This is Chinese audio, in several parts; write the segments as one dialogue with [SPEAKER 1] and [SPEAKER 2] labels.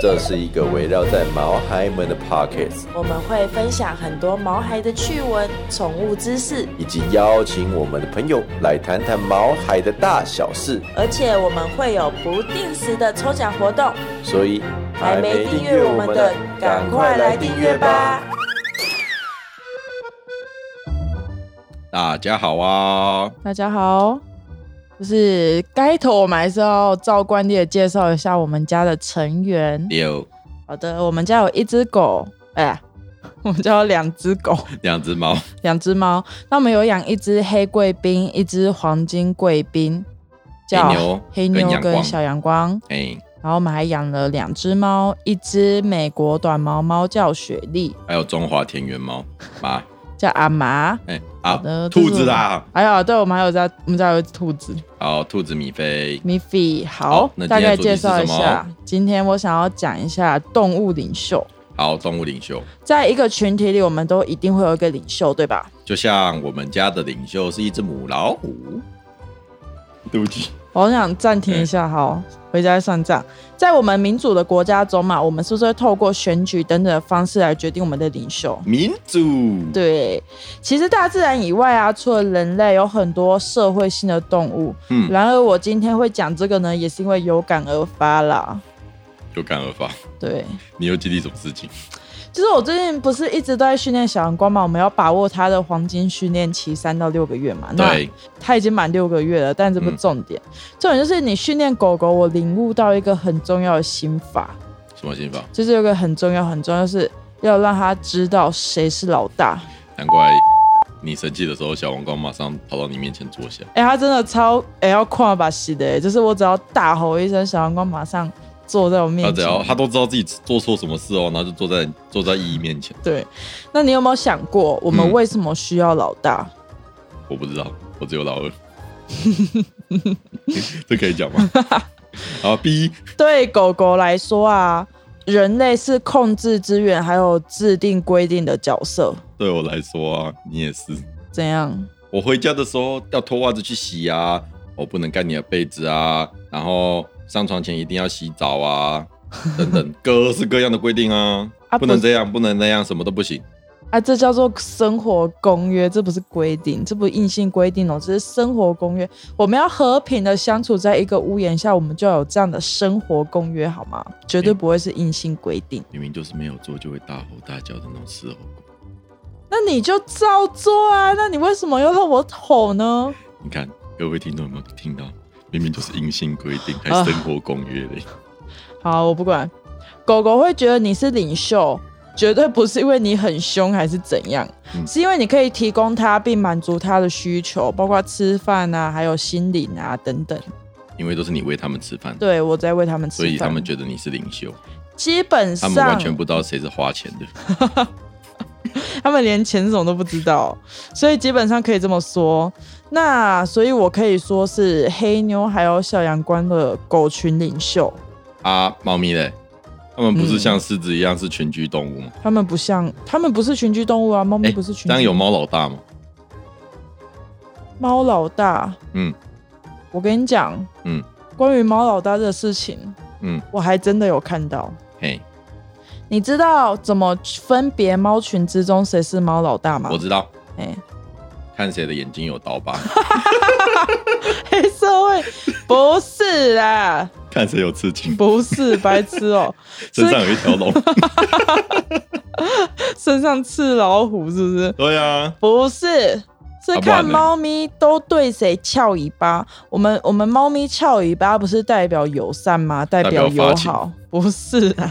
[SPEAKER 1] 这是一个围绕在毛孩们的 Pockets，
[SPEAKER 2] 我们会分享很多毛孩的趣闻、宠物知识，
[SPEAKER 1] 以及邀请我们的朋友来谈谈毛孩的大小事。
[SPEAKER 2] 而且我们会有不定时的抽奖活动。
[SPEAKER 1] 所以
[SPEAKER 2] 还没订阅我们的，赶快来订阅吧！！
[SPEAKER 1] 大家好啊，
[SPEAKER 2] 大家好，就是开头我们还是要照惯例的介绍一下我们家的成员。
[SPEAKER 1] 有
[SPEAKER 2] 好的，我们家有一只狗，哎、呀，我们家有两只狗。
[SPEAKER 1] 两只猫，
[SPEAKER 2] 两只猫。那我们有养一只黑贵宾，一只黄金贵宾，叫
[SPEAKER 1] 黑妞
[SPEAKER 2] 黑妞
[SPEAKER 1] 跟阳
[SPEAKER 2] 跟
[SPEAKER 1] 光
[SPEAKER 2] 小阳光。
[SPEAKER 1] 哎，
[SPEAKER 2] 然后我们还养了两只猫，一只美国短毛猫叫雪莉，
[SPEAKER 1] 还有中华田园猫妈，
[SPEAKER 2] 叫阿麻。
[SPEAKER 1] 哎
[SPEAKER 2] 好的
[SPEAKER 1] 啊，
[SPEAKER 2] 这是
[SPEAKER 1] 兔子啦，
[SPEAKER 2] 还有，对我们还有在我们家有一只兔子
[SPEAKER 1] 好，兔子米菲，
[SPEAKER 2] 米菲。好
[SPEAKER 1] 好，那
[SPEAKER 2] 大
[SPEAKER 1] 今天的
[SPEAKER 2] 概
[SPEAKER 1] 主题
[SPEAKER 2] 介绍一
[SPEAKER 1] 是什
[SPEAKER 2] 下
[SPEAKER 1] 么。
[SPEAKER 2] 今天我想要讲一下动物领袖，
[SPEAKER 1] 好，动物领袖，
[SPEAKER 2] 在一个群体里，我们都一定会有一个领袖，对吧？
[SPEAKER 1] 就像我们家的领袖是一只母老虎，对不起，
[SPEAKER 2] 我好想暂停一
[SPEAKER 1] 嗯
[SPEAKER 2] 下，好，回家再算账。在我们民主的国家中嘛，我们是不是会透过选举等等的方式来决定我们的领袖？
[SPEAKER 1] 民主，
[SPEAKER 2] 对，其实大自然以外啊，除了人类，有很多社会性的动物。
[SPEAKER 1] 嗯
[SPEAKER 2] 然而我今天会讲这个呢，也是因为有感而发啦。
[SPEAKER 1] 有感而发，
[SPEAKER 2] 对，
[SPEAKER 1] 你又经历什么事情？
[SPEAKER 2] 就是我最近不是一直都在训练小阳光嘛，我们要把握它的黄金训练期三到六个月嘛。那
[SPEAKER 1] 对，
[SPEAKER 2] 它已经满六个月了，但这不
[SPEAKER 1] 嗯
[SPEAKER 2] 是重点，重点就是你训练狗狗，我领悟到一个很重要的心法，
[SPEAKER 1] 什么心法？
[SPEAKER 2] 就是有一个很重要很重要，就是要让它知道谁是老大。
[SPEAKER 1] 难怪你生气的时候，小王光马上跑到你面前坐下。
[SPEAKER 2] 哎、它真的超哎、要跨把戏的、哎就是我只要大吼一声，小阳光马上坐在我面
[SPEAKER 1] 他
[SPEAKER 2] 前。
[SPEAKER 1] 只要他都知道自己做错什么事哦，然后就坐在坐在依依面前。
[SPEAKER 2] 对，那你有没有想过，我们
[SPEAKER 1] 嗯
[SPEAKER 2] 为什么需要老大？
[SPEAKER 1] 我不知道，我只有老二。这可以讲吗？好，B
[SPEAKER 2] 对狗狗来说啊，人类是控制资源还有制定规定的角色，
[SPEAKER 1] 对我来说啊，你也是。
[SPEAKER 2] 怎样？
[SPEAKER 1] 我回家的时候要脱袜子去洗啊，我不能盖你的被子啊，然后上床前一定要洗澡 啊，等等，各式各样的规定啊，
[SPEAKER 2] 啊
[SPEAKER 1] 不能
[SPEAKER 2] 不
[SPEAKER 1] 这样，不能那样，什么都不行。
[SPEAKER 2] 啊，这叫做生活公约，这不是规定，这不是硬性规定哦，这是生活公约。我们要和平的相处在一个屋檐下，我们就要有这样的生活公约，好吗？绝对不会是硬性规定。
[SPEAKER 1] 明明就是没有做就会大吼大叫的那种事哦。
[SPEAKER 2] 那你就照做啊，那你为什么要让我吼呢？
[SPEAKER 1] 你看，各位听众有没有听到？明明就是硬性规
[SPEAKER 2] 啊
[SPEAKER 1] 定，还生活公约嘞。
[SPEAKER 2] 好，我不管，狗狗会觉得你是领袖。绝对不是因为你很凶还是怎样，
[SPEAKER 1] 嗯
[SPEAKER 2] 是因为你可以提供它并满足它的需求，包括吃饭啊，还有心灵啊等等。
[SPEAKER 1] 因为都是你喂他们吃饭，
[SPEAKER 2] 对啊我在喂它们吃
[SPEAKER 1] 所
[SPEAKER 2] 饭，
[SPEAKER 1] 以他们觉得你是领袖，
[SPEAKER 2] 基本
[SPEAKER 1] 他
[SPEAKER 2] 上
[SPEAKER 1] 们完全不知道谁是花钱的。
[SPEAKER 2] 他们连钱是什么都不知道，所以基本上可以这么说。那所以，我可以说是黑妞还有小阳光的狗群领袖，
[SPEAKER 1] 啊，猫咪嘞，他们不是
[SPEAKER 2] 嗯
[SPEAKER 1] 像狮子一样是群居动物吗？
[SPEAKER 2] 他们不像，他们不是群居动物啊，猫咪
[SPEAKER 1] 哎
[SPEAKER 2] 不是群居，
[SPEAKER 1] 这样有猫老大吗？
[SPEAKER 2] 猫老大。
[SPEAKER 1] 嗯，
[SPEAKER 2] 我跟你讲，
[SPEAKER 1] 嗯，
[SPEAKER 2] 关于猫老大的事情，
[SPEAKER 1] 嗯，
[SPEAKER 2] 我还真的有看到。
[SPEAKER 1] 嘿，
[SPEAKER 2] 你知道怎么分别猫群之中谁是猫老大吗
[SPEAKER 1] 我？知道，
[SPEAKER 2] 哎、
[SPEAKER 1] 看谁的眼睛有刀疤，
[SPEAKER 2] 黑社会不是啦，
[SPEAKER 1] 看谁有刺 青，
[SPEAKER 2] 不是白痴哦、
[SPEAKER 1] 身上有一 条龙。
[SPEAKER 2] 身上刺老虎是不是？
[SPEAKER 1] 对啊，
[SPEAKER 2] 不是，是
[SPEAKER 1] 啊不然
[SPEAKER 2] 看
[SPEAKER 1] 呢
[SPEAKER 2] 猫咪都对谁翘尾巴。我们我们猫咪翘尾巴不是代表友善吗？代
[SPEAKER 1] 表
[SPEAKER 2] 友
[SPEAKER 1] 发情
[SPEAKER 2] 好，不是 啊，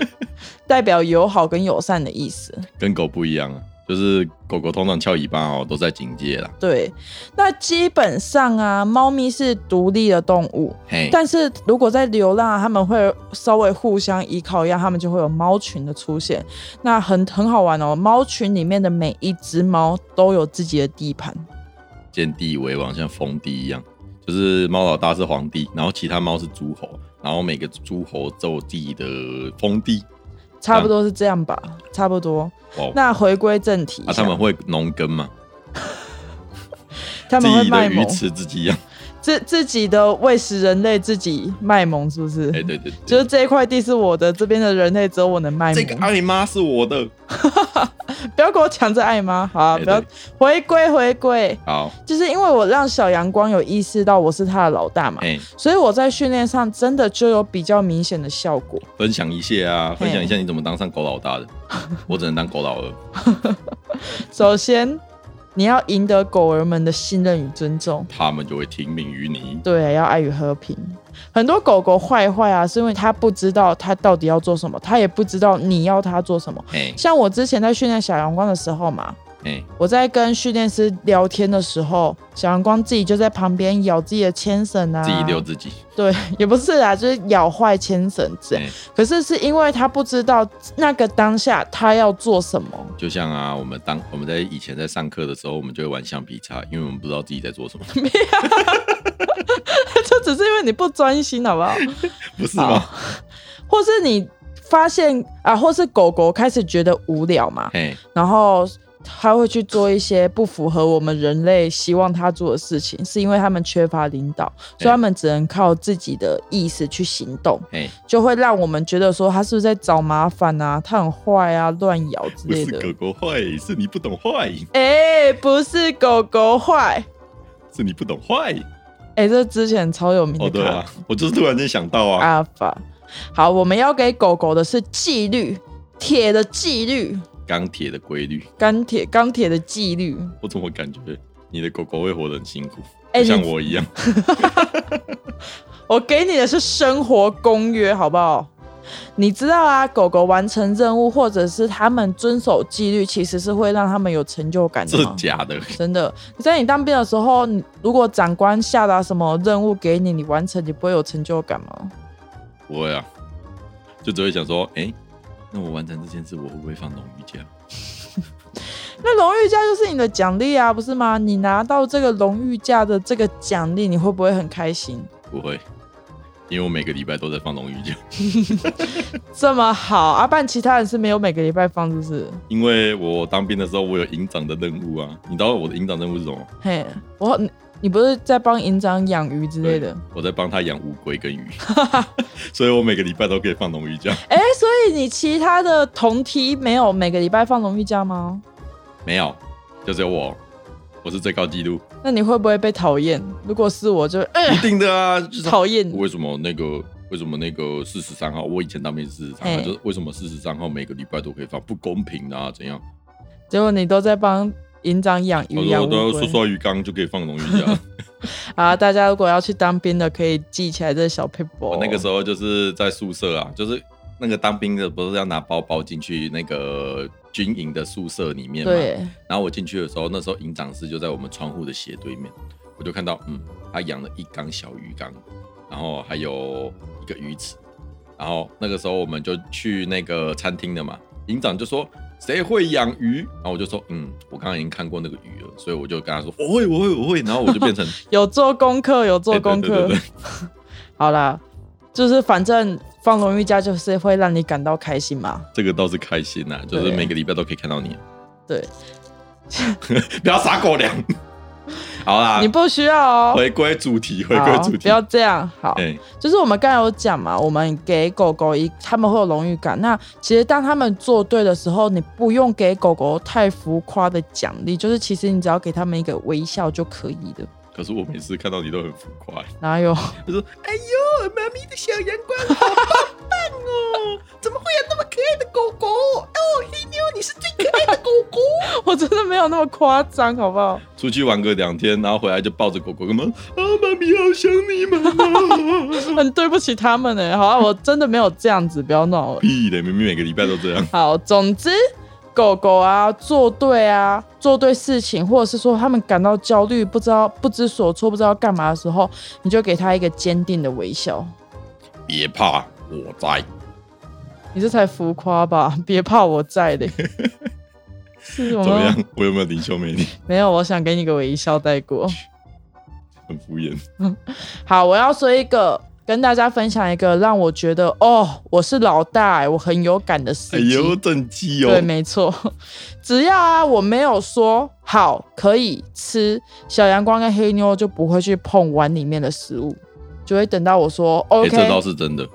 [SPEAKER 2] 代表友好跟友善的意思。
[SPEAKER 1] 跟狗不一样啊，就是狗狗通常翘尾巴哦，都在警戒啦。
[SPEAKER 2] 对，那基本上啊，猫咪是独立的动物，
[SPEAKER 1] 嘿，
[SPEAKER 2] 但是如果在流浪啊，它们会稍微互相依靠一下，它们就会有猫群的出现。那很很好玩哦，猫群里面的每一只猫都有自己的地盘。
[SPEAKER 1] 见地为王，像封地一样。就是猫老大是皇帝，然后其他猫是诸侯，然后每个诸侯都有自己的封地。
[SPEAKER 2] 差不多是这样吧，差不多。
[SPEAKER 1] 哇，
[SPEAKER 2] 那回归正题一
[SPEAKER 1] 啊，
[SPEAKER 2] 下，
[SPEAKER 1] 他们会农耕嘛？
[SPEAKER 2] 他
[SPEAKER 1] 自
[SPEAKER 2] 们会
[SPEAKER 1] 己
[SPEAKER 2] 卖
[SPEAKER 1] 的鱼
[SPEAKER 2] 萌，
[SPEAKER 1] 吃自己养。
[SPEAKER 2] 自自己的喂食人类，自己卖萌，是不是？
[SPEAKER 1] 哎，对对对，
[SPEAKER 2] 就是这一块地是我的，这边的人类只有我能卖萌。
[SPEAKER 1] 这个啊爱妈是我的。
[SPEAKER 2] 不要跟我抢这爱吗？好啊、
[SPEAKER 1] 哎
[SPEAKER 2] 不要
[SPEAKER 1] 对
[SPEAKER 2] 回归回归，
[SPEAKER 1] 好，
[SPEAKER 2] 就是因为我让小阳光有意识到我是他的老大嘛，
[SPEAKER 1] 哎，
[SPEAKER 2] 所以我在训练上真的就有比较明显的效果。
[SPEAKER 1] 分享一下啊，分享一下你怎么当上狗老大 的。我只能当狗老二。
[SPEAKER 2] 首先，你要赢得狗儿们的信任与尊重，
[SPEAKER 1] 他们就会听命于你。
[SPEAKER 2] 对，要爱与和平。很多狗狗坏坏啊，是因为它不知道它到底要做什么，它也不知道你要它做什么。
[SPEAKER 1] 哎
[SPEAKER 2] 像我之前在训练小阳光的时候嘛，
[SPEAKER 1] 哎，
[SPEAKER 2] 我在跟训练师聊天的时候，小阳光自己就在旁边咬自己的牵绳啊，
[SPEAKER 1] 自己溜自己。
[SPEAKER 2] 对， 也不是啦，就是咬坏牵绳子。
[SPEAKER 1] 哎，
[SPEAKER 2] 可是是因为他不知道那个当下他要做什么，
[SPEAKER 1] 就像啊，我们当我们在以前在上课的时候，我们就会玩橡皮擦，因为我们不知道自己在做 什么，
[SPEAKER 2] 这只是因为你不专心，好不好？
[SPEAKER 1] 不是吗？
[SPEAKER 2] 啊或是你发现啊，或是狗狗开始觉得无聊嘛，
[SPEAKER 1] 哎，
[SPEAKER 2] 然后它会去做一些不符合我们人类希望它做的事情，是因为它们缺乏领导，所以它们只能靠自己的意识去行动，
[SPEAKER 1] 哎，
[SPEAKER 2] 就会让我们觉得说它是不是在找麻烦啊，它很坏啊，乱咬之
[SPEAKER 1] 不
[SPEAKER 2] 类
[SPEAKER 1] 是
[SPEAKER 2] 的。
[SPEAKER 1] 狗狗坏，是你不懂坏，
[SPEAKER 2] 哎、不是狗狗坏，
[SPEAKER 1] 是你不懂坏。
[SPEAKER 2] 哎、这之前超有名的、
[SPEAKER 1] 哦，对啊，我就是突然间想到啊，
[SPEAKER 2] 阿法。好，我们要给狗狗的是纪律，铁的纪律，
[SPEAKER 1] 钢铁的规律，
[SPEAKER 2] 钢铁钢铁的纪律。
[SPEAKER 1] 我怎么感觉你的狗狗会活得很辛苦，
[SPEAKER 2] 哎
[SPEAKER 1] 就像
[SPEAKER 2] 你
[SPEAKER 1] 我一样。
[SPEAKER 2] 我给你的是生活公约，好不好？你知道啊，狗狗完成任务或者是他们遵守纪律，其实是会让他们有成就感的哦
[SPEAKER 1] 这
[SPEAKER 2] 吗。
[SPEAKER 1] 假的，
[SPEAKER 2] 真的，在你当兵的时候，你如果长官下达什么任务给你，你完成，你不会有成就感吗？
[SPEAKER 1] 不会啊，就只会想说，哎、那我完成这件事，我会不会放龙鱼假？
[SPEAKER 2] 那荣誉假就是你的奖励啊，不是吗？你拿到这个荣誉假的这个奖励，你会不会很开心？
[SPEAKER 1] 不会，因为我每个礼拜都在放龙鱼假，
[SPEAKER 2] 这么好，阿半其他人是没有每个礼拜放，是不是？
[SPEAKER 1] 因为我当兵的时候，我有营长的任务啊。你知道我的营长任务是什么吗？
[SPEAKER 2] 嘿，我你你不是在帮营长养鱼之类的？
[SPEAKER 1] 我在帮他养乌龟跟 鱼，所以我每个礼拜都可以放龙鱼假。
[SPEAKER 2] 哎、所以你其他的同梯没有每个礼拜放荣誉假吗？
[SPEAKER 1] 没有，就只有我，哦我是最高纪录，
[SPEAKER 2] 那你会不会被讨厌？如果是我就，哎、
[SPEAKER 1] 一定的啊，就是
[SPEAKER 2] 讨厌你。
[SPEAKER 1] 为什么那个为什么那个四十三号？我以前当兵四十三
[SPEAKER 2] 哎
[SPEAKER 1] 号，就是为什么四十三号每个礼拜都可以放，不公平啊？怎样？
[SPEAKER 2] 结果你都在帮营长养
[SPEAKER 1] 我说
[SPEAKER 2] 鱼养乌
[SPEAKER 1] 哦我都要
[SPEAKER 2] 龟
[SPEAKER 1] 刷。刷鱼缸就可以放龙鱼夹。
[SPEAKER 2] 啊，大家如果要去当兵的，可以记起来这小 paper。
[SPEAKER 1] 我哦那个时候就是在宿舍啊，就是那个当兵的不是要拿包包进去那个军营的宿舍里面嘛？
[SPEAKER 2] 对，
[SPEAKER 1] 然后我进去的时候，那时候营长室就在我们窗户的斜对面，我就看到，嗯，他养了一缸小鱼缸，然后还有一个鱼池，然后那个时候我们就去那个餐厅了嘛，营长就说谁会养鱼，然后我就说，嗯，我刚刚已经看过那个鱼了，所以我就跟他说我会，我会，我会，然后我就变成
[SPEAKER 2] 有做功课，有做功课。
[SPEAKER 1] 对对对对
[SPEAKER 2] 好啦，就是反正放荣誉假就是会让你感到开心嘛。
[SPEAKER 1] 这个倒是开心呐、就是
[SPEAKER 2] 对
[SPEAKER 1] 每个礼拜都可以看到你，啊
[SPEAKER 2] 对，
[SPEAKER 1] 不要撒狗粮， 好啦
[SPEAKER 2] 你，不需要哦。
[SPEAKER 1] 啊回归主题，回归
[SPEAKER 2] 好，
[SPEAKER 1] 主题
[SPEAKER 2] 不，要这样。好，
[SPEAKER 1] 哎、
[SPEAKER 2] 就是我们刚才有讲嘛，我们给狗狗一，他们会有荣誉感。那其实当他们做对的时候，你不用给狗狗太浮夸的奖励，就是其实你只要给他们一个微笑就可以了。
[SPEAKER 1] 可是我每次看到你都很浮夸、
[SPEAKER 2] 哪有？
[SPEAKER 1] 他说：“哎呦，妈咪的小阳光好棒棒哦！怎么会有那么 可爱的狗狗？哦，黑妞，你是最可爱的狗狗。
[SPEAKER 2] 我真的没有那么夸张，好不好？”
[SPEAKER 1] 出去玩个两天，然后回来就抱着狗狗，干嘛？啊，妈咪好想你们啊！
[SPEAKER 2] 很对不起他们呢、好、啊，我真的没有这样子，不要闹了。
[SPEAKER 1] 屁的，明明每个礼拜都这样。
[SPEAKER 2] 好，总之，狗狗啊，做对啊，做对事情，或者是说他们感到焦虑，不知道不知所措，不知道干嘛的时候，你就给他一个坚定的微笑。
[SPEAKER 1] 别怕，我在。
[SPEAKER 2] 你这才浮夸吧？ 别怕，我在的。是我
[SPEAKER 1] 怎么
[SPEAKER 2] 们
[SPEAKER 1] 样？我有没有领袖魅力？
[SPEAKER 2] 没有，我想给你个微笑带过。
[SPEAKER 1] 很敷衍。
[SPEAKER 2] 好，我要说一个跟大家分享一个让我觉得哦，我是老大、欸，我很有感的
[SPEAKER 1] 哎
[SPEAKER 2] 事情。
[SPEAKER 1] 呦，整鸡
[SPEAKER 2] 对，
[SPEAKER 1] 哦，
[SPEAKER 2] 没错， 只要啊我没有说好可以吃，小阳光跟黑妞就不会去碰碗里面的食物，就会等到我说
[SPEAKER 1] 哎，
[SPEAKER 2] OK，、
[SPEAKER 1] 这倒是真的，在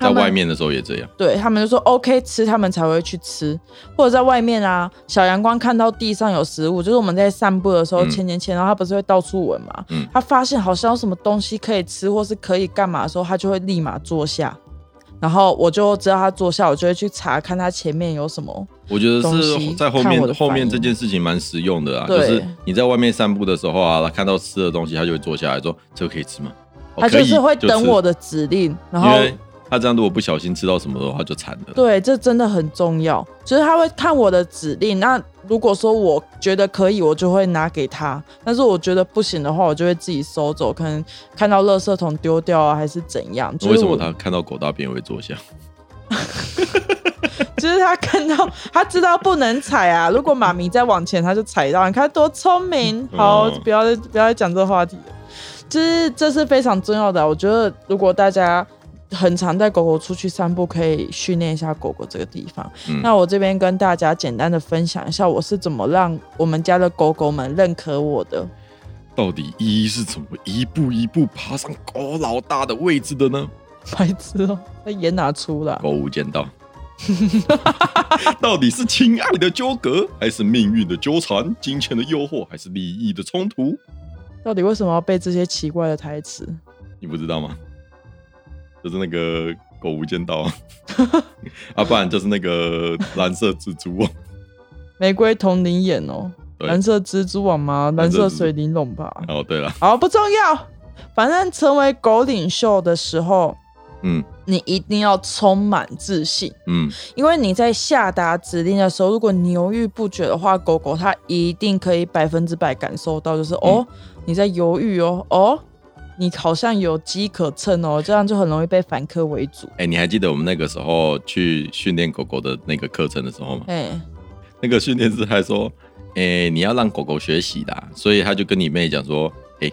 [SPEAKER 2] 他们
[SPEAKER 1] 外面的时候也这样，
[SPEAKER 2] 对他们就说 OK 吃，他们才会去吃，或者在外面啊，小阳光看到地上有食物，就是我们在散步的时候
[SPEAKER 1] 嗯
[SPEAKER 2] 牵牵牵，然后他不是会到处闻嘛，
[SPEAKER 1] 嗯
[SPEAKER 2] 他发现好像有什么东西可以吃或是可以干嘛的时候，他就会立马坐下，然后我就知道他坐下，我就会去查看他前面有什么，
[SPEAKER 1] 我觉得
[SPEAKER 2] 东
[SPEAKER 1] 是
[SPEAKER 2] 西
[SPEAKER 1] 在后
[SPEAKER 2] 看我
[SPEAKER 1] 面
[SPEAKER 2] 的
[SPEAKER 1] 后面
[SPEAKER 2] 反应
[SPEAKER 1] 这件事情蛮实用的啊，就
[SPEAKER 2] 对
[SPEAKER 1] 是你在外面散步的时候啊，看到吃的东西，他就会坐下来说：“这个可以吃吗？”哦
[SPEAKER 2] 他
[SPEAKER 1] 可
[SPEAKER 2] 就
[SPEAKER 1] 以
[SPEAKER 2] 是会
[SPEAKER 1] 就
[SPEAKER 2] 等
[SPEAKER 1] 吃
[SPEAKER 2] 我的指令，然
[SPEAKER 1] 因
[SPEAKER 2] 后
[SPEAKER 1] 为他这样如果不小心吃到什么的话就惨了。
[SPEAKER 2] 对，这真的很重要，就是他会看我的指令。那如果说我觉得可以，我就会拿给他；但是我觉得不行的话，我就会自己收走，可能看到垃圾桶丢掉啊，还是怎样。就是、
[SPEAKER 1] 为什么？他看到狗大便也会坐下？
[SPEAKER 2] 就是他看到他知道不能 踩啊，如果妈咪再往前，他就踩到。你看多聪明！好，
[SPEAKER 1] 嗯
[SPEAKER 2] 不要再不要再讲这个话题了。就是这是非常重要的啊、我觉得如果大家很常带狗狗出去散步，可以训练一下狗狗这个地方。
[SPEAKER 1] 嗯
[SPEAKER 2] 那我这边跟大家简单的分享一下，我是怎么让我们家的狗狗们认可我的。
[SPEAKER 1] 到底依依是怎么一步一步爬上狗老大的位置的呢？
[SPEAKER 2] 白痴哦、那演哪出了啊？
[SPEAKER 1] 狗无间 道，到底是情爱的纠葛，还是命运的纠缠？金钱的诱惑，还是利益的冲突？
[SPEAKER 2] 到底为什么要背这些奇怪的台词？
[SPEAKER 1] 你不知道吗？ 就是那个《狗无间道》啊，啊，不然就是那个蓝色蜘蛛网。
[SPEAKER 2] 玫瑰同林眼哦、
[SPEAKER 1] 对
[SPEAKER 2] 蓝色蜘蛛网吗？蓝
[SPEAKER 1] 色
[SPEAKER 2] 色
[SPEAKER 1] 蜘蛛
[SPEAKER 2] 水玲珑吧。
[SPEAKER 1] 哦，对了，
[SPEAKER 2] 好，不重要，反正成为狗领袖的时候，
[SPEAKER 1] 嗯
[SPEAKER 2] 你一定要充满自信。
[SPEAKER 1] 嗯，
[SPEAKER 2] 因为你在下达指令的时候，如果你犹豫不决的话，狗狗它一定可以百分之百感受到，就是、
[SPEAKER 1] 嗯
[SPEAKER 2] 哦，你在犹豫哦，哦，你好像有机可乘哦，这样就很容易被反客为主。
[SPEAKER 1] 哎、你还记得我们那个时候去训练狗狗的那个课程的时候吗？
[SPEAKER 2] 哎，
[SPEAKER 1] 那个训练师还说，哎、你要让狗狗学习的啊、所以他就跟你妹讲说，哎、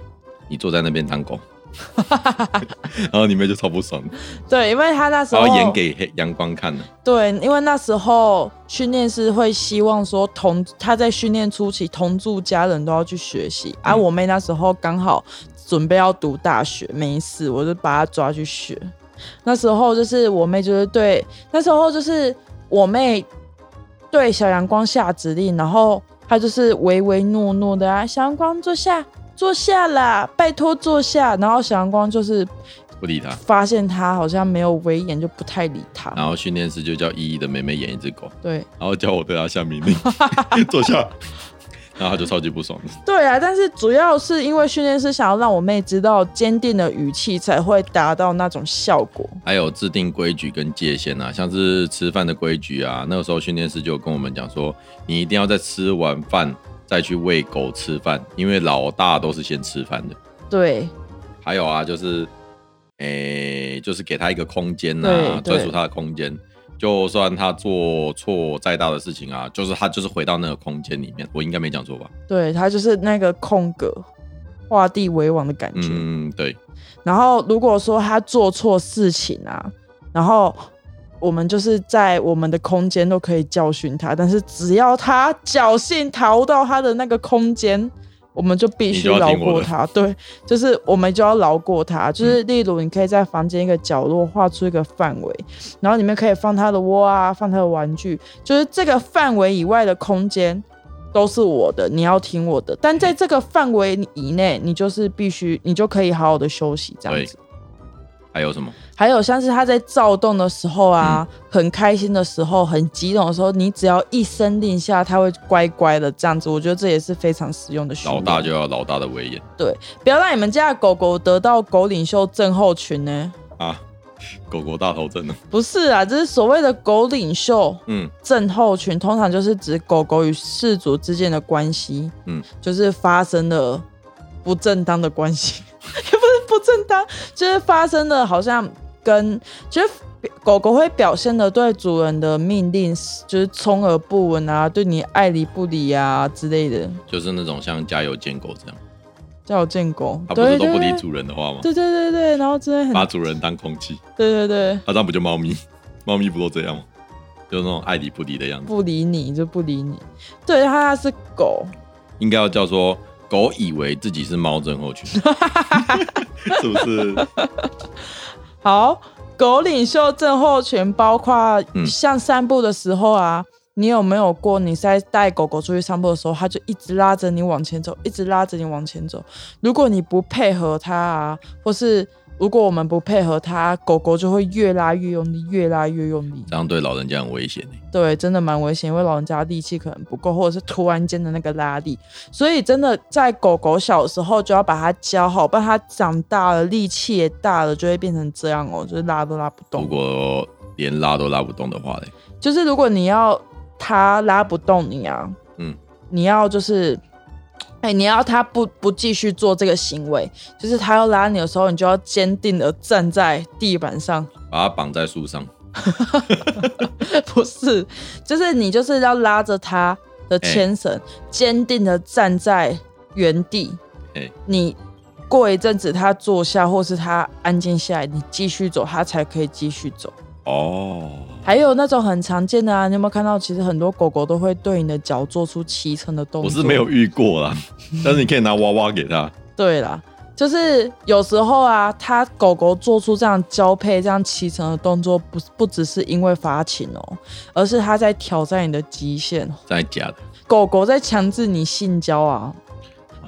[SPEAKER 1] 你坐在那边当狗，然后你妹就超不爽，
[SPEAKER 2] 对，因为它那时
[SPEAKER 1] 然
[SPEAKER 2] 候
[SPEAKER 1] 后演给黑阳光看的，
[SPEAKER 2] 对，因为那时候训练师会希望说同他在训练初期同住家人都要去学习，而、啊、
[SPEAKER 1] 嗯
[SPEAKER 2] 我妹那时候刚好准备要读大学，没事，我就把她抓去学。那时候就是我妹就是对，那时候就是我妹对小阳光下指令，然后她就是唯唯诺诺的啊，小阳光坐下，坐下啦，拜托坐下。然后小阳光就是
[SPEAKER 1] 不理他。
[SPEAKER 2] 发现她好像没有威严，就不太理她。
[SPEAKER 1] 然后训练师就叫依依的妹妹演一只狗，
[SPEAKER 2] 对。
[SPEAKER 1] 然后叫我对她下命令， 坐下，然后她就超级不爽的。
[SPEAKER 2] 对啊，但是主要是因为训练师想要让我妹知道坚定的语气才会达到那种效果。
[SPEAKER 1] 还有制定规矩跟界限啊，像是吃饭的规矩啊，那个时候训练师就有跟我们讲说，你一定要在吃完饭再去喂狗吃饭，因为老大都是先吃饭的。
[SPEAKER 2] 对
[SPEAKER 1] 还有啊，就是，诶、就是给他一个空间啊，
[SPEAKER 2] 对对
[SPEAKER 1] 专属他的空间。就算他做错再大的事情啊，就是他就是回到那个空间里面，我应该没讲错吧？
[SPEAKER 2] 对，他就是那个空格，画地为王的感觉。
[SPEAKER 1] 嗯，对，
[SPEAKER 2] 然后如果说他做错事情啊，然后我们就是在我们的空间都可以教训他，但是只要他侥幸逃到他的那个空间。我们就必须
[SPEAKER 1] 你就要
[SPEAKER 2] 饶
[SPEAKER 1] 听我
[SPEAKER 2] 过
[SPEAKER 1] 的
[SPEAKER 2] 他，对，就是我们就要饶过他。就是例如，你可以在房间一个角落画出一个范围，然后里面可以放他的窝啊，放他的玩具，就是这个范围以外的空间都是我的，你要听我的。但在这个范围以内，你就是必须，你就可以好好的休息这样子。
[SPEAKER 1] 还有什么？
[SPEAKER 2] 还有像是他在躁动的时候啊，
[SPEAKER 1] 嗯
[SPEAKER 2] 很开心的时候，很激动的时候，你只要一声令下，他会乖乖的这样子。我觉得这也是非常实用的训
[SPEAKER 1] 老
[SPEAKER 2] 练。
[SPEAKER 1] 大就要老大的威严
[SPEAKER 2] 不要让你们家的狗狗得到狗领袖症候群呢、
[SPEAKER 1] 啊，狗狗大头症呢？
[SPEAKER 2] 不是啊，这是所谓的狗领袖
[SPEAKER 1] 嗯，
[SPEAKER 2] 症候群，通常就是指狗狗与饲主之间的关系，
[SPEAKER 1] 嗯
[SPEAKER 2] 嗯，就是发生了不正当的关系， 也不是不正当，就是发生了好像跟就是。狗狗会表现的对主人的命令就是充耳不闻啊，对你爱理不理啊之类的。
[SPEAKER 1] 就是那种像加油见狗这样。
[SPEAKER 2] 叫我见工，
[SPEAKER 1] 啊它不
[SPEAKER 2] 对
[SPEAKER 1] 是都
[SPEAKER 2] 对
[SPEAKER 1] 不理
[SPEAKER 2] 对
[SPEAKER 1] 主人的话吗？
[SPEAKER 2] 对对对对，然后真的很
[SPEAKER 1] 把主人当空气，啊
[SPEAKER 2] 对对对，
[SPEAKER 1] 它这样不就猫咪？ 猫咪不都这样吗？就是那种爱理不理的样子。
[SPEAKER 2] 不理你就不理你。对，它它是狗，
[SPEAKER 1] 应该要叫做狗以为自己是猫症候 群，是不是？
[SPEAKER 2] 好，狗领袖症候群包括
[SPEAKER 1] 嗯
[SPEAKER 2] 像散步的时候啊，你有没有过你在带狗狗出去散步的时候，它就一直拉着你往前走，一直拉着你往前走。如果你不配合它啊，或是如果我们不配合它，狗狗就会越拉越用力，越拉越用力。
[SPEAKER 1] 这样对老人家很危险欸
[SPEAKER 2] 对，真的蛮危险，因为老人家力气可能不够，或者是突然间的那个拉力，所以真的在狗狗小时候就要把它教好，不然它长大了力气也大了，就会变成这样哦，就是拉都拉不
[SPEAKER 1] 如
[SPEAKER 2] 动。
[SPEAKER 1] 果连拉都拉不动的话嘞，
[SPEAKER 2] 就是如果你要它拉不动你啊，
[SPEAKER 1] 嗯，
[SPEAKER 2] 你要就是，哎、你要它不不继续做这个行为，就是它要拉你的时候，你就要坚定的站在地板上，
[SPEAKER 1] 把它绑在树上，
[SPEAKER 2] 不是，就是你就是要拉着他的牵绳，坚、定的站在原地。
[SPEAKER 1] 哎
[SPEAKER 2] 你过一阵子他坐下，或是他安静下来，你继续走，他才可以继续走。
[SPEAKER 1] 哦，
[SPEAKER 2] 还有那种很常见的啊，你有没有看到？其实很多狗狗都会对你的脚做出骑乘的动
[SPEAKER 1] 我
[SPEAKER 2] 作。
[SPEAKER 1] 是没有。遇过 啦，但是你可以拿娃娃给他，
[SPEAKER 2] 对啦，就是有时候啊，它狗狗做出这样交配、这样骑乘的动作，不不只是因为发情哦，而是它在挑战你的极限，
[SPEAKER 1] 真的假的？
[SPEAKER 2] 狗狗在强制你性交啊，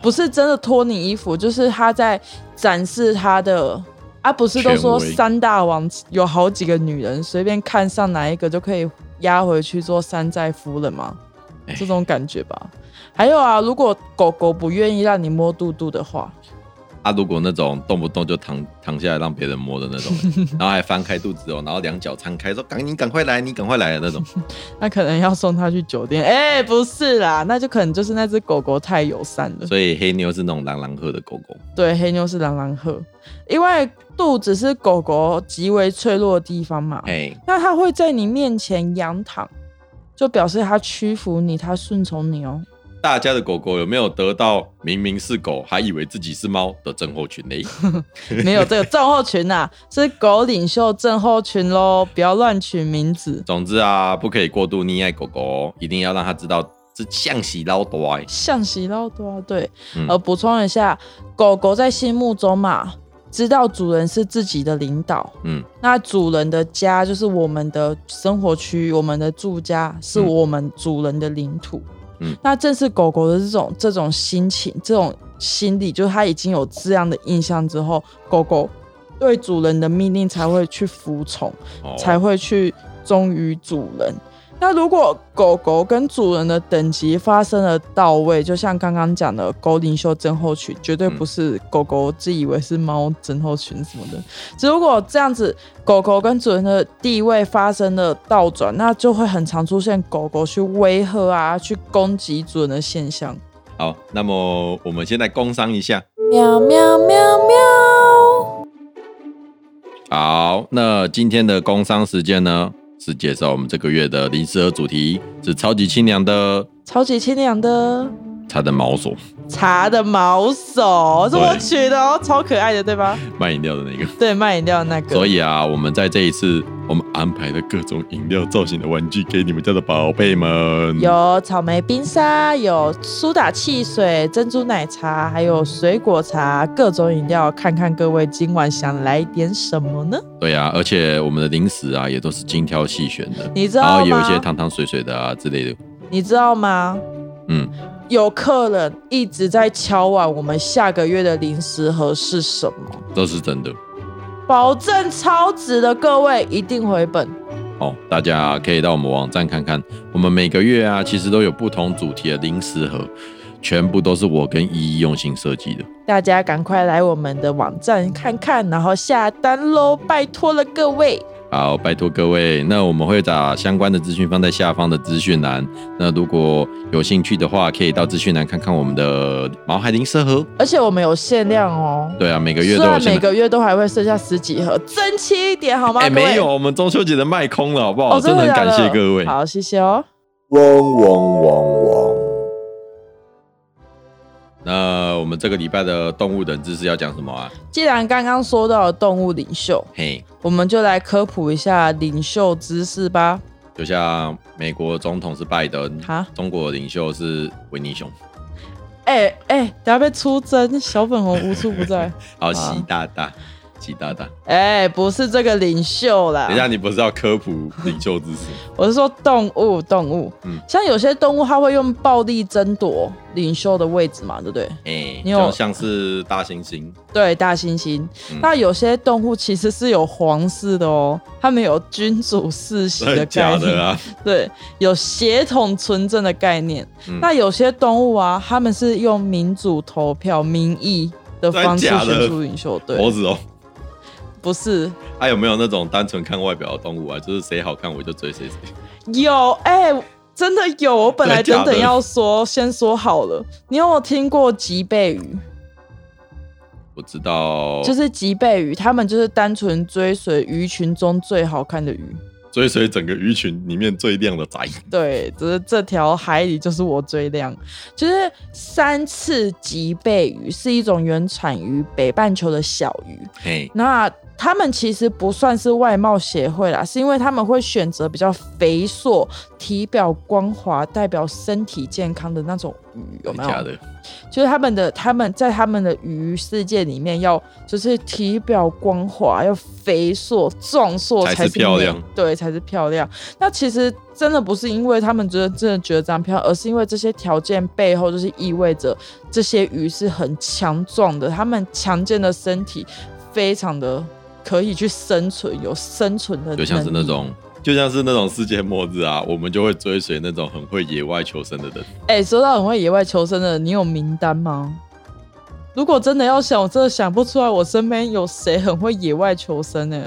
[SPEAKER 2] 不是真的脱你衣服，就是它在展示它的啊，不是都说
[SPEAKER 1] 权威
[SPEAKER 2] 三大王有好几个女人，随便看上哪一个就可以压回去做山寨夫人吗
[SPEAKER 1] 哎？
[SPEAKER 2] 这种感觉吧。还有啊，如果狗狗不愿意让你摸肚肚的话，
[SPEAKER 1] 啊，如果那种动不动就躺躺下来让别人摸的那 种欸，然后还翻开肚子哦，然后两脚摊开说赶你赶快来，你赶快来的那 种，
[SPEAKER 2] 那可能要送它去酒店。哎、不是啦，那就可能就是那只狗狗太友善了。
[SPEAKER 1] 所以黑妞是那种狼狼赫的狗 狗，
[SPEAKER 2] 对，黑妞是狼狼赫，因为肚子是狗狗极为脆弱的地方嘛。
[SPEAKER 1] 哎，
[SPEAKER 2] 那它会在你面前仰躺，就表示它屈服你，它顺从你哦。
[SPEAKER 1] 大家的狗狗有没有得到明明是狗还以为自己是猫的症候群嘞？
[SPEAKER 2] 没有这个症候群啊，是狗领袖症候群喽，不要乱取名字。
[SPEAKER 1] 总之啊，不可以过度溺爱狗狗哦，一定要让它知道是象棋捞多哎，
[SPEAKER 2] 象棋捞多啊，对。
[SPEAKER 1] 嗯
[SPEAKER 2] 呃，补充一下，狗狗在心目中嘛，知道主人是自己的领导，
[SPEAKER 1] 嗯，
[SPEAKER 2] 那主人的家就是我们的生活区，我们的住家是
[SPEAKER 1] 嗯
[SPEAKER 2] 我们主人的领土。
[SPEAKER 1] 嗯
[SPEAKER 2] 那正是狗狗的这种这种心情、这种心理，就是它已经有这样的印象之后，狗狗对主人的命令才会去服从，
[SPEAKER 1] 哦
[SPEAKER 2] 才会去忠于主人。那如果狗狗跟主人的等级发生了到位，就像刚刚讲的狗领袖症候群，绝对
[SPEAKER 1] 嗯
[SPEAKER 2] 不是狗狗自以为是猫症候群什么的。只如果这样子，狗狗跟主人的地位发生了倒转，那就会很常出现狗狗去威吓啊、去攻击主人的现象。
[SPEAKER 1] 好，那么我们先来工商一下。
[SPEAKER 2] 喵喵喵喵！
[SPEAKER 1] 好，那今天的工商时间呢，是介绍我们这个月的零食盒主题是超级清凉的
[SPEAKER 2] 超级清凉的
[SPEAKER 1] 它的毛索
[SPEAKER 2] 茶的毛手，是我
[SPEAKER 1] 对
[SPEAKER 2] 取的哦，超可爱的，对吧？
[SPEAKER 1] 卖饮料的那个。
[SPEAKER 2] 对，卖饮料那个。
[SPEAKER 1] 所以啊，我们在这一次，我们安排了各种饮料造型的玩具给你们家的宝贝们。
[SPEAKER 2] 有草莓冰沙，有苏打汽水、珍珠奶茶，还有水果茶，各种饮料。看看各位今晚想来点什么呢？
[SPEAKER 1] 对啊，而且我们的零食啊，也都是精挑细选的，
[SPEAKER 2] 你知
[SPEAKER 1] 然
[SPEAKER 2] 道
[SPEAKER 1] 后
[SPEAKER 2] 吗？
[SPEAKER 1] 也哦有一些汤汤水水的啊之类的。
[SPEAKER 2] 你知道吗？
[SPEAKER 1] 嗯，
[SPEAKER 2] 有客人一直在敲碗，我们下个月的零食盒是什么？
[SPEAKER 1] 都是真的
[SPEAKER 2] 保证超值的，各位一定回本。
[SPEAKER 1] 哦。大家可以到我们网站看看，我们每个月啊，其实都有不同主题的零食盒，全部都是我跟依依用心设计的。
[SPEAKER 2] 大家赶快来我们的网站看看，然后下单喽！拜托了各位。
[SPEAKER 1] 好，拜托各位，那我们会把相关的资讯放在下方的资讯栏。那如果有兴趣的话，可以到资讯栏看看我们的毛海林社盒。
[SPEAKER 2] 而且我们有限量哦。
[SPEAKER 1] 对啊，每个月
[SPEAKER 2] 虽
[SPEAKER 1] 都有
[SPEAKER 2] 然
[SPEAKER 1] 限
[SPEAKER 2] 每
[SPEAKER 1] 量。
[SPEAKER 2] 个月都还会剩下十几盒，争气一点好吗？
[SPEAKER 1] 哎、
[SPEAKER 2] 各位
[SPEAKER 1] 没有，我们中秋节的卖空了，好不好？
[SPEAKER 2] 哦，
[SPEAKER 1] 真的
[SPEAKER 2] 的
[SPEAKER 1] 很
[SPEAKER 2] 假
[SPEAKER 1] 感
[SPEAKER 2] 的
[SPEAKER 1] 谢各位。
[SPEAKER 2] 好，谢谢哦。
[SPEAKER 1] 嗡嗡嗡嗡。那我们这个礼拜的动物冷知识要讲什么啊？
[SPEAKER 2] 既然刚刚说到了动物领袖，
[SPEAKER 1] 嘿，
[SPEAKER 2] 我们就来科普一下领袖知识吧。
[SPEAKER 1] 就像美国总统是拜登，
[SPEAKER 2] 哈，
[SPEAKER 1] 中国领袖是维尼熊，
[SPEAKER 2] 哎、哎、等下被出征，小粉红无处不 在。
[SPEAKER 1] 好，
[SPEAKER 2] 啊
[SPEAKER 1] 习大大，习大大。
[SPEAKER 2] 哎、不是这个领袖啦，
[SPEAKER 1] 等一下，你不是要科普领袖知 识？
[SPEAKER 2] 我是说动物，动物。
[SPEAKER 1] 嗯
[SPEAKER 2] 像有些动物它会用暴力争夺领袖的位置嘛，对不对？
[SPEAKER 1] 哎、
[SPEAKER 2] 你有
[SPEAKER 1] 就像是大猩 猩，
[SPEAKER 2] 对，大猩猩。
[SPEAKER 1] 嗯
[SPEAKER 2] 那有些动物其实是有皇室的哦，它们有君主世袭
[SPEAKER 1] 真的
[SPEAKER 2] 的
[SPEAKER 1] 假
[SPEAKER 2] 概念，
[SPEAKER 1] 的啊？
[SPEAKER 2] 对，有血统纯正的概念。
[SPEAKER 1] 嗯
[SPEAKER 2] 那有些动物啊，它们是用民主投票、民意的方式
[SPEAKER 1] 真的假的
[SPEAKER 2] 选出领袖，
[SPEAKER 1] 猴
[SPEAKER 2] 对，
[SPEAKER 1] 子哦，
[SPEAKER 2] 不是
[SPEAKER 1] 还、有没有那种单纯看外表的动物啊？就是谁好看我就追谁谁。
[SPEAKER 2] 有哎、真的有，我本来
[SPEAKER 1] 真
[SPEAKER 2] 等
[SPEAKER 1] 的假的
[SPEAKER 2] 等要说，先说好了。你有没有听过脊背鱼？
[SPEAKER 1] 我知道，
[SPEAKER 2] 就是脊背鱼，它们就是单纯追随鱼群中最好看的鱼。
[SPEAKER 1] 追随整个鱼群里面最亮的仔。
[SPEAKER 2] 对，只是这条海里就是我最亮，就是三刺脊背鱼是一种原产于北半球的小鱼。
[SPEAKER 1] 嘿，
[SPEAKER 2] 那他们其实不算是外貌协会啦，是因为他们会选择比较肥硕、体表光滑、代表身体健康的那种鱼，有没有？
[SPEAKER 1] 假的？
[SPEAKER 2] 就是他们的他们在他们的鱼世界里面要，就是体表光滑，要肥硕、壮硕
[SPEAKER 1] 才是
[SPEAKER 2] 才美
[SPEAKER 1] 漂亮，
[SPEAKER 2] 对，才是漂亮。那其实真的不是因为他们真的真的觉得这样漂亮，而是因为这些条件背后就是意味着这些鱼是很强壮的，他们强健的身体非常的可以去生存，有生存的能力，
[SPEAKER 1] 就像是那种，就像是那种世界末日啊，我们就会追随那种很会野外求生的人。
[SPEAKER 2] 哎、说到很会野外求生的，你有名单吗？如果真的要想，我真的想不出来，我身边有谁很会野外求生呢、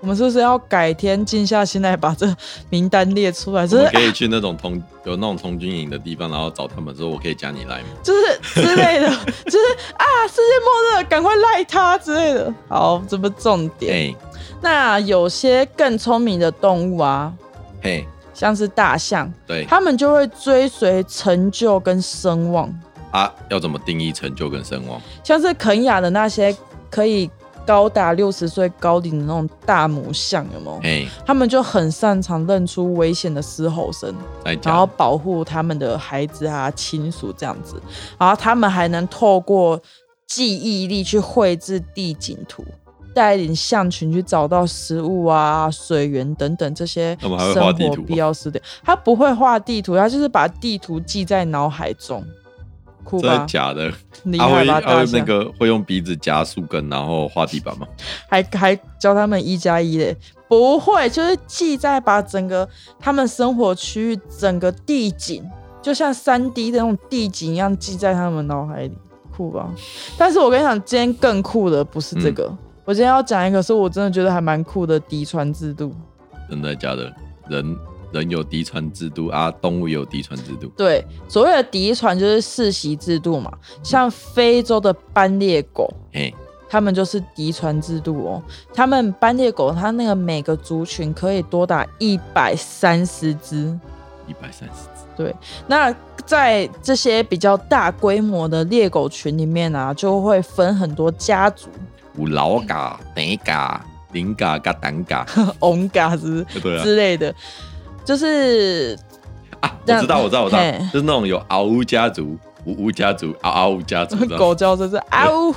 [SPEAKER 2] 我们是不是要改天静下心来把这名单列出来？
[SPEAKER 1] 我
[SPEAKER 2] 就是
[SPEAKER 1] 们可以去那种童有那种童军营的地方，然后找他们说：“我可以加你来吗
[SPEAKER 2] 就是之类的，就是啊，世界末日了，赶快赖他之类的。好，这不是重？”点。
[SPEAKER 1] 嘿，
[SPEAKER 2] 那有些更聪明的动物啊，
[SPEAKER 1] 嘿，
[SPEAKER 2] 像是大象，
[SPEAKER 1] 对
[SPEAKER 2] 它们就会追随成就跟声望。
[SPEAKER 1] 啊，要怎么定义成就跟声望？
[SPEAKER 2] 像是肯雅的那些可以高达六十岁高龄的那种大母象，有没有？
[SPEAKER 1] 嘿，
[SPEAKER 2] 他们就很擅长认出危险的嘶吼声，
[SPEAKER 1] 再
[SPEAKER 2] 然后
[SPEAKER 1] 讲，
[SPEAKER 2] 保护他们的孩子啊、亲属这样子。然后他们还能透过记忆力去绘制地景图，带领象群去找到食物啊、水源等等这些
[SPEAKER 1] 他们还会画
[SPEAKER 2] 生
[SPEAKER 1] 地
[SPEAKER 2] 活
[SPEAKER 1] 图吗哦
[SPEAKER 2] 必要吃点。他不会画地图，他就是把地图记在脑海中。酷
[SPEAKER 1] 真的
[SPEAKER 2] 吧，
[SPEAKER 1] 假的？
[SPEAKER 2] 啊厉
[SPEAKER 1] 他
[SPEAKER 2] 害
[SPEAKER 1] 会
[SPEAKER 2] 吧，
[SPEAKER 1] 他
[SPEAKER 2] 大
[SPEAKER 1] 会
[SPEAKER 2] 象。
[SPEAKER 1] 那个会用鼻子夹树根，然后画地板吗？
[SPEAKER 2] 还还教他们一加一嘞，不会，就是记在把整个他们生活区域整个地景，就像三 D 的那种地景一样记在他们脑海里，酷吧？但是我跟你讲，今天更酷的不是这个，我今天要讲一个是我真的觉得还蛮酷的嫡传制度。
[SPEAKER 1] 真的假的？人人有嫡传制度啊，动物也有嫡传制度。
[SPEAKER 2] 对，所谓的嫡传就是世袭制度嘛，像非洲的斑鬣狗，
[SPEAKER 1] 嘿，
[SPEAKER 2] 他们就是嫡传制度哦。他们斑鬣狗，它那个每个族群可以多达一百三十只。
[SPEAKER 1] 一百三十只，
[SPEAKER 2] 那在这些比较大规模的猎狗群里面啊，就会分很多家族，
[SPEAKER 1] 有老嘎、
[SPEAKER 2] 嗯
[SPEAKER 1] 短嘎、零嘎、嘎短 嘎，
[SPEAKER 2] 翁嘎子
[SPEAKER 1] 对啊。
[SPEAKER 2] 之类的，就是
[SPEAKER 1] 啊，
[SPEAKER 2] 这
[SPEAKER 1] 我
[SPEAKER 2] 样
[SPEAKER 1] 知道，我知道，我知道
[SPEAKER 2] 嘿，
[SPEAKER 1] 就是那种有嗷呜家族、呜呜家族、嗷嗷呜家族，这样
[SPEAKER 2] 狗叫声是啊呜，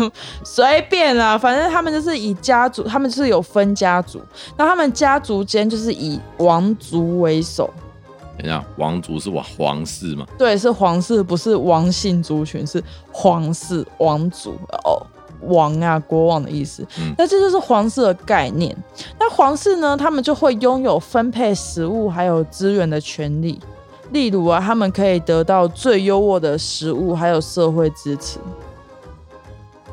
[SPEAKER 2] 随便啦，反正他们就是以家族，他们就是有分家族，那他们家族间就是以王族为首。
[SPEAKER 1] 等一下，王族是我皇室嘛？
[SPEAKER 2] 对，是皇室，不是王姓族群，是皇室王族哦，王啊，国王的意思。
[SPEAKER 1] 嗯
[SPEAKER 2] 那这就是皇室的概念。那皇室呢，他们就会拥有分配食物还有资源的权利。例如啊，他们可以得到最优渥的食物，还有社会支持。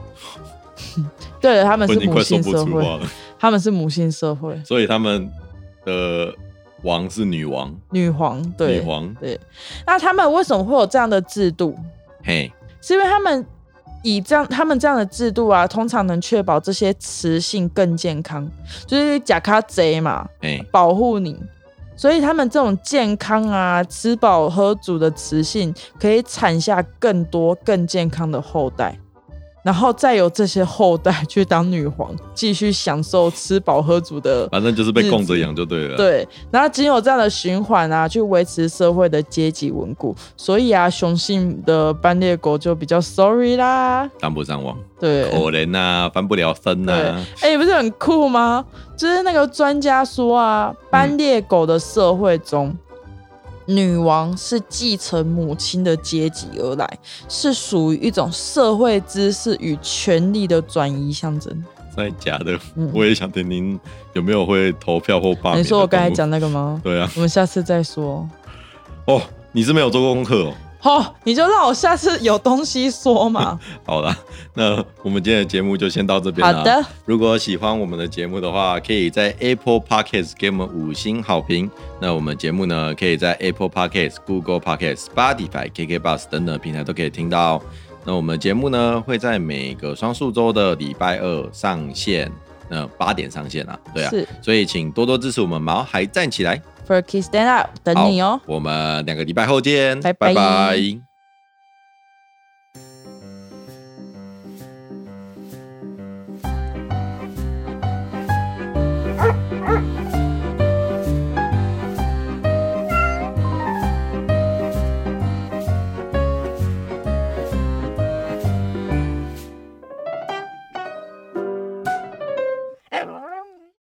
[SPEAKER 2] 对了，他们
[SPEAKER 1] 我
[SPEAKER 2] 是
[SPEAKER 1] 已经
[SPEAKER 2] 母
[SPEAKER 1] 快说
[SPEAKER 2] 性
[SPEAKER 1] 不啊
[SPEAKER 2] 社
[SPEAKER 1] 出
[SPEAKER 2] 会，
[SPEAKER 1] 话了。
[SPEAKER 2] 他们是母性社会，
[SPEAKER 1] 所以他们的王是女王，
[SPEAKER 2] 女皇
[SPEAKER 1] 女
[SPEAKER 2] 对。
[SPEAKER 1] 皇，
[SPEAKER 2] 那他们为什么会有这样的制度？
[SPEAKER 1] 嘿，
[SPEAKER 2] 是因为他们以这样他们这样的制度啊，通常能确保这些雌性更健康，就是假卡贼嘛，
[SPEAKER 1] 嘿，
[SPEAKER 2] 保护你。所以他们这种健康啊、吃饱喝足的雌性，可以产下更多更健康的后代，然后再由这些后代去当女皇，继续享受吃饱喝足的。
[SPEAKER 1] 反正就是被供着养就对了。，
[SPEAKER 2] 对，然后仅有这样的循环啊，去维持社会的阶级稳固。所以啊，雄性的斑鬣狗就比较 sorry 啦。
[SPEAKER 1] 当不上网，
[SPEAKER 2] 对，
[SPEAKER 1] 可怜呐，翻不了身啊
[SPEAKER 2] 对
[SPEAKER 1] 呐，，
[SPEAKER 2] 哎、不是很酷吗？就是那个专家说啊，斑鬣狗的社会中，女王是继承母亲的阶级而来，是属于一种社会知识与权力的转移象征。
[SPEAKER 1] 真的假的
[SPEAKER 2] 嗯？
[SPEAKER 1] 我也想听您有没有会投票或罢免。
[SPEAKER 2] 你说我刚才？讲那个吗？
[SPEAKER 1] 对啊，
[SPEAKER 2] 我们下次再说。
[SPEAKER 1] 哦，你是没有做功课哦。
[SPEAKER 2] 好、你就让我下次有东西说嘛。
[SPEAKER 1] 好啦， 那我们今天的节目就先到这边
[SPEAKER 2] 好
[SPEAKER 1] 啦。
[SPEAKER 2] 的，
[SPEAKER 1] 如果喜欢我们的节目的话，可以在 Apple Podcast 给我们五星好评。那我们节目呢，可以在 Apple Podcast、Google Podcast、Spotify、KK Bus 等等平台都可以听到哦。那我们节目呢，会在每个双数周的礼拜二上线，那八点上线啊，对啊，
[SPEAKER 2] 是
[SPEAKER 1] 所以请多多支持我们毛孩站起来。
[SPEAKER 2] Furky Stand Up 等你哦。
[SPEAKER 1] 我们两个礼拜后见，
[SPEAKER 2] 拜
[SPEAKER 1] 拜
[SPEAKER 2] 拜
[SPEAKER 1] 拜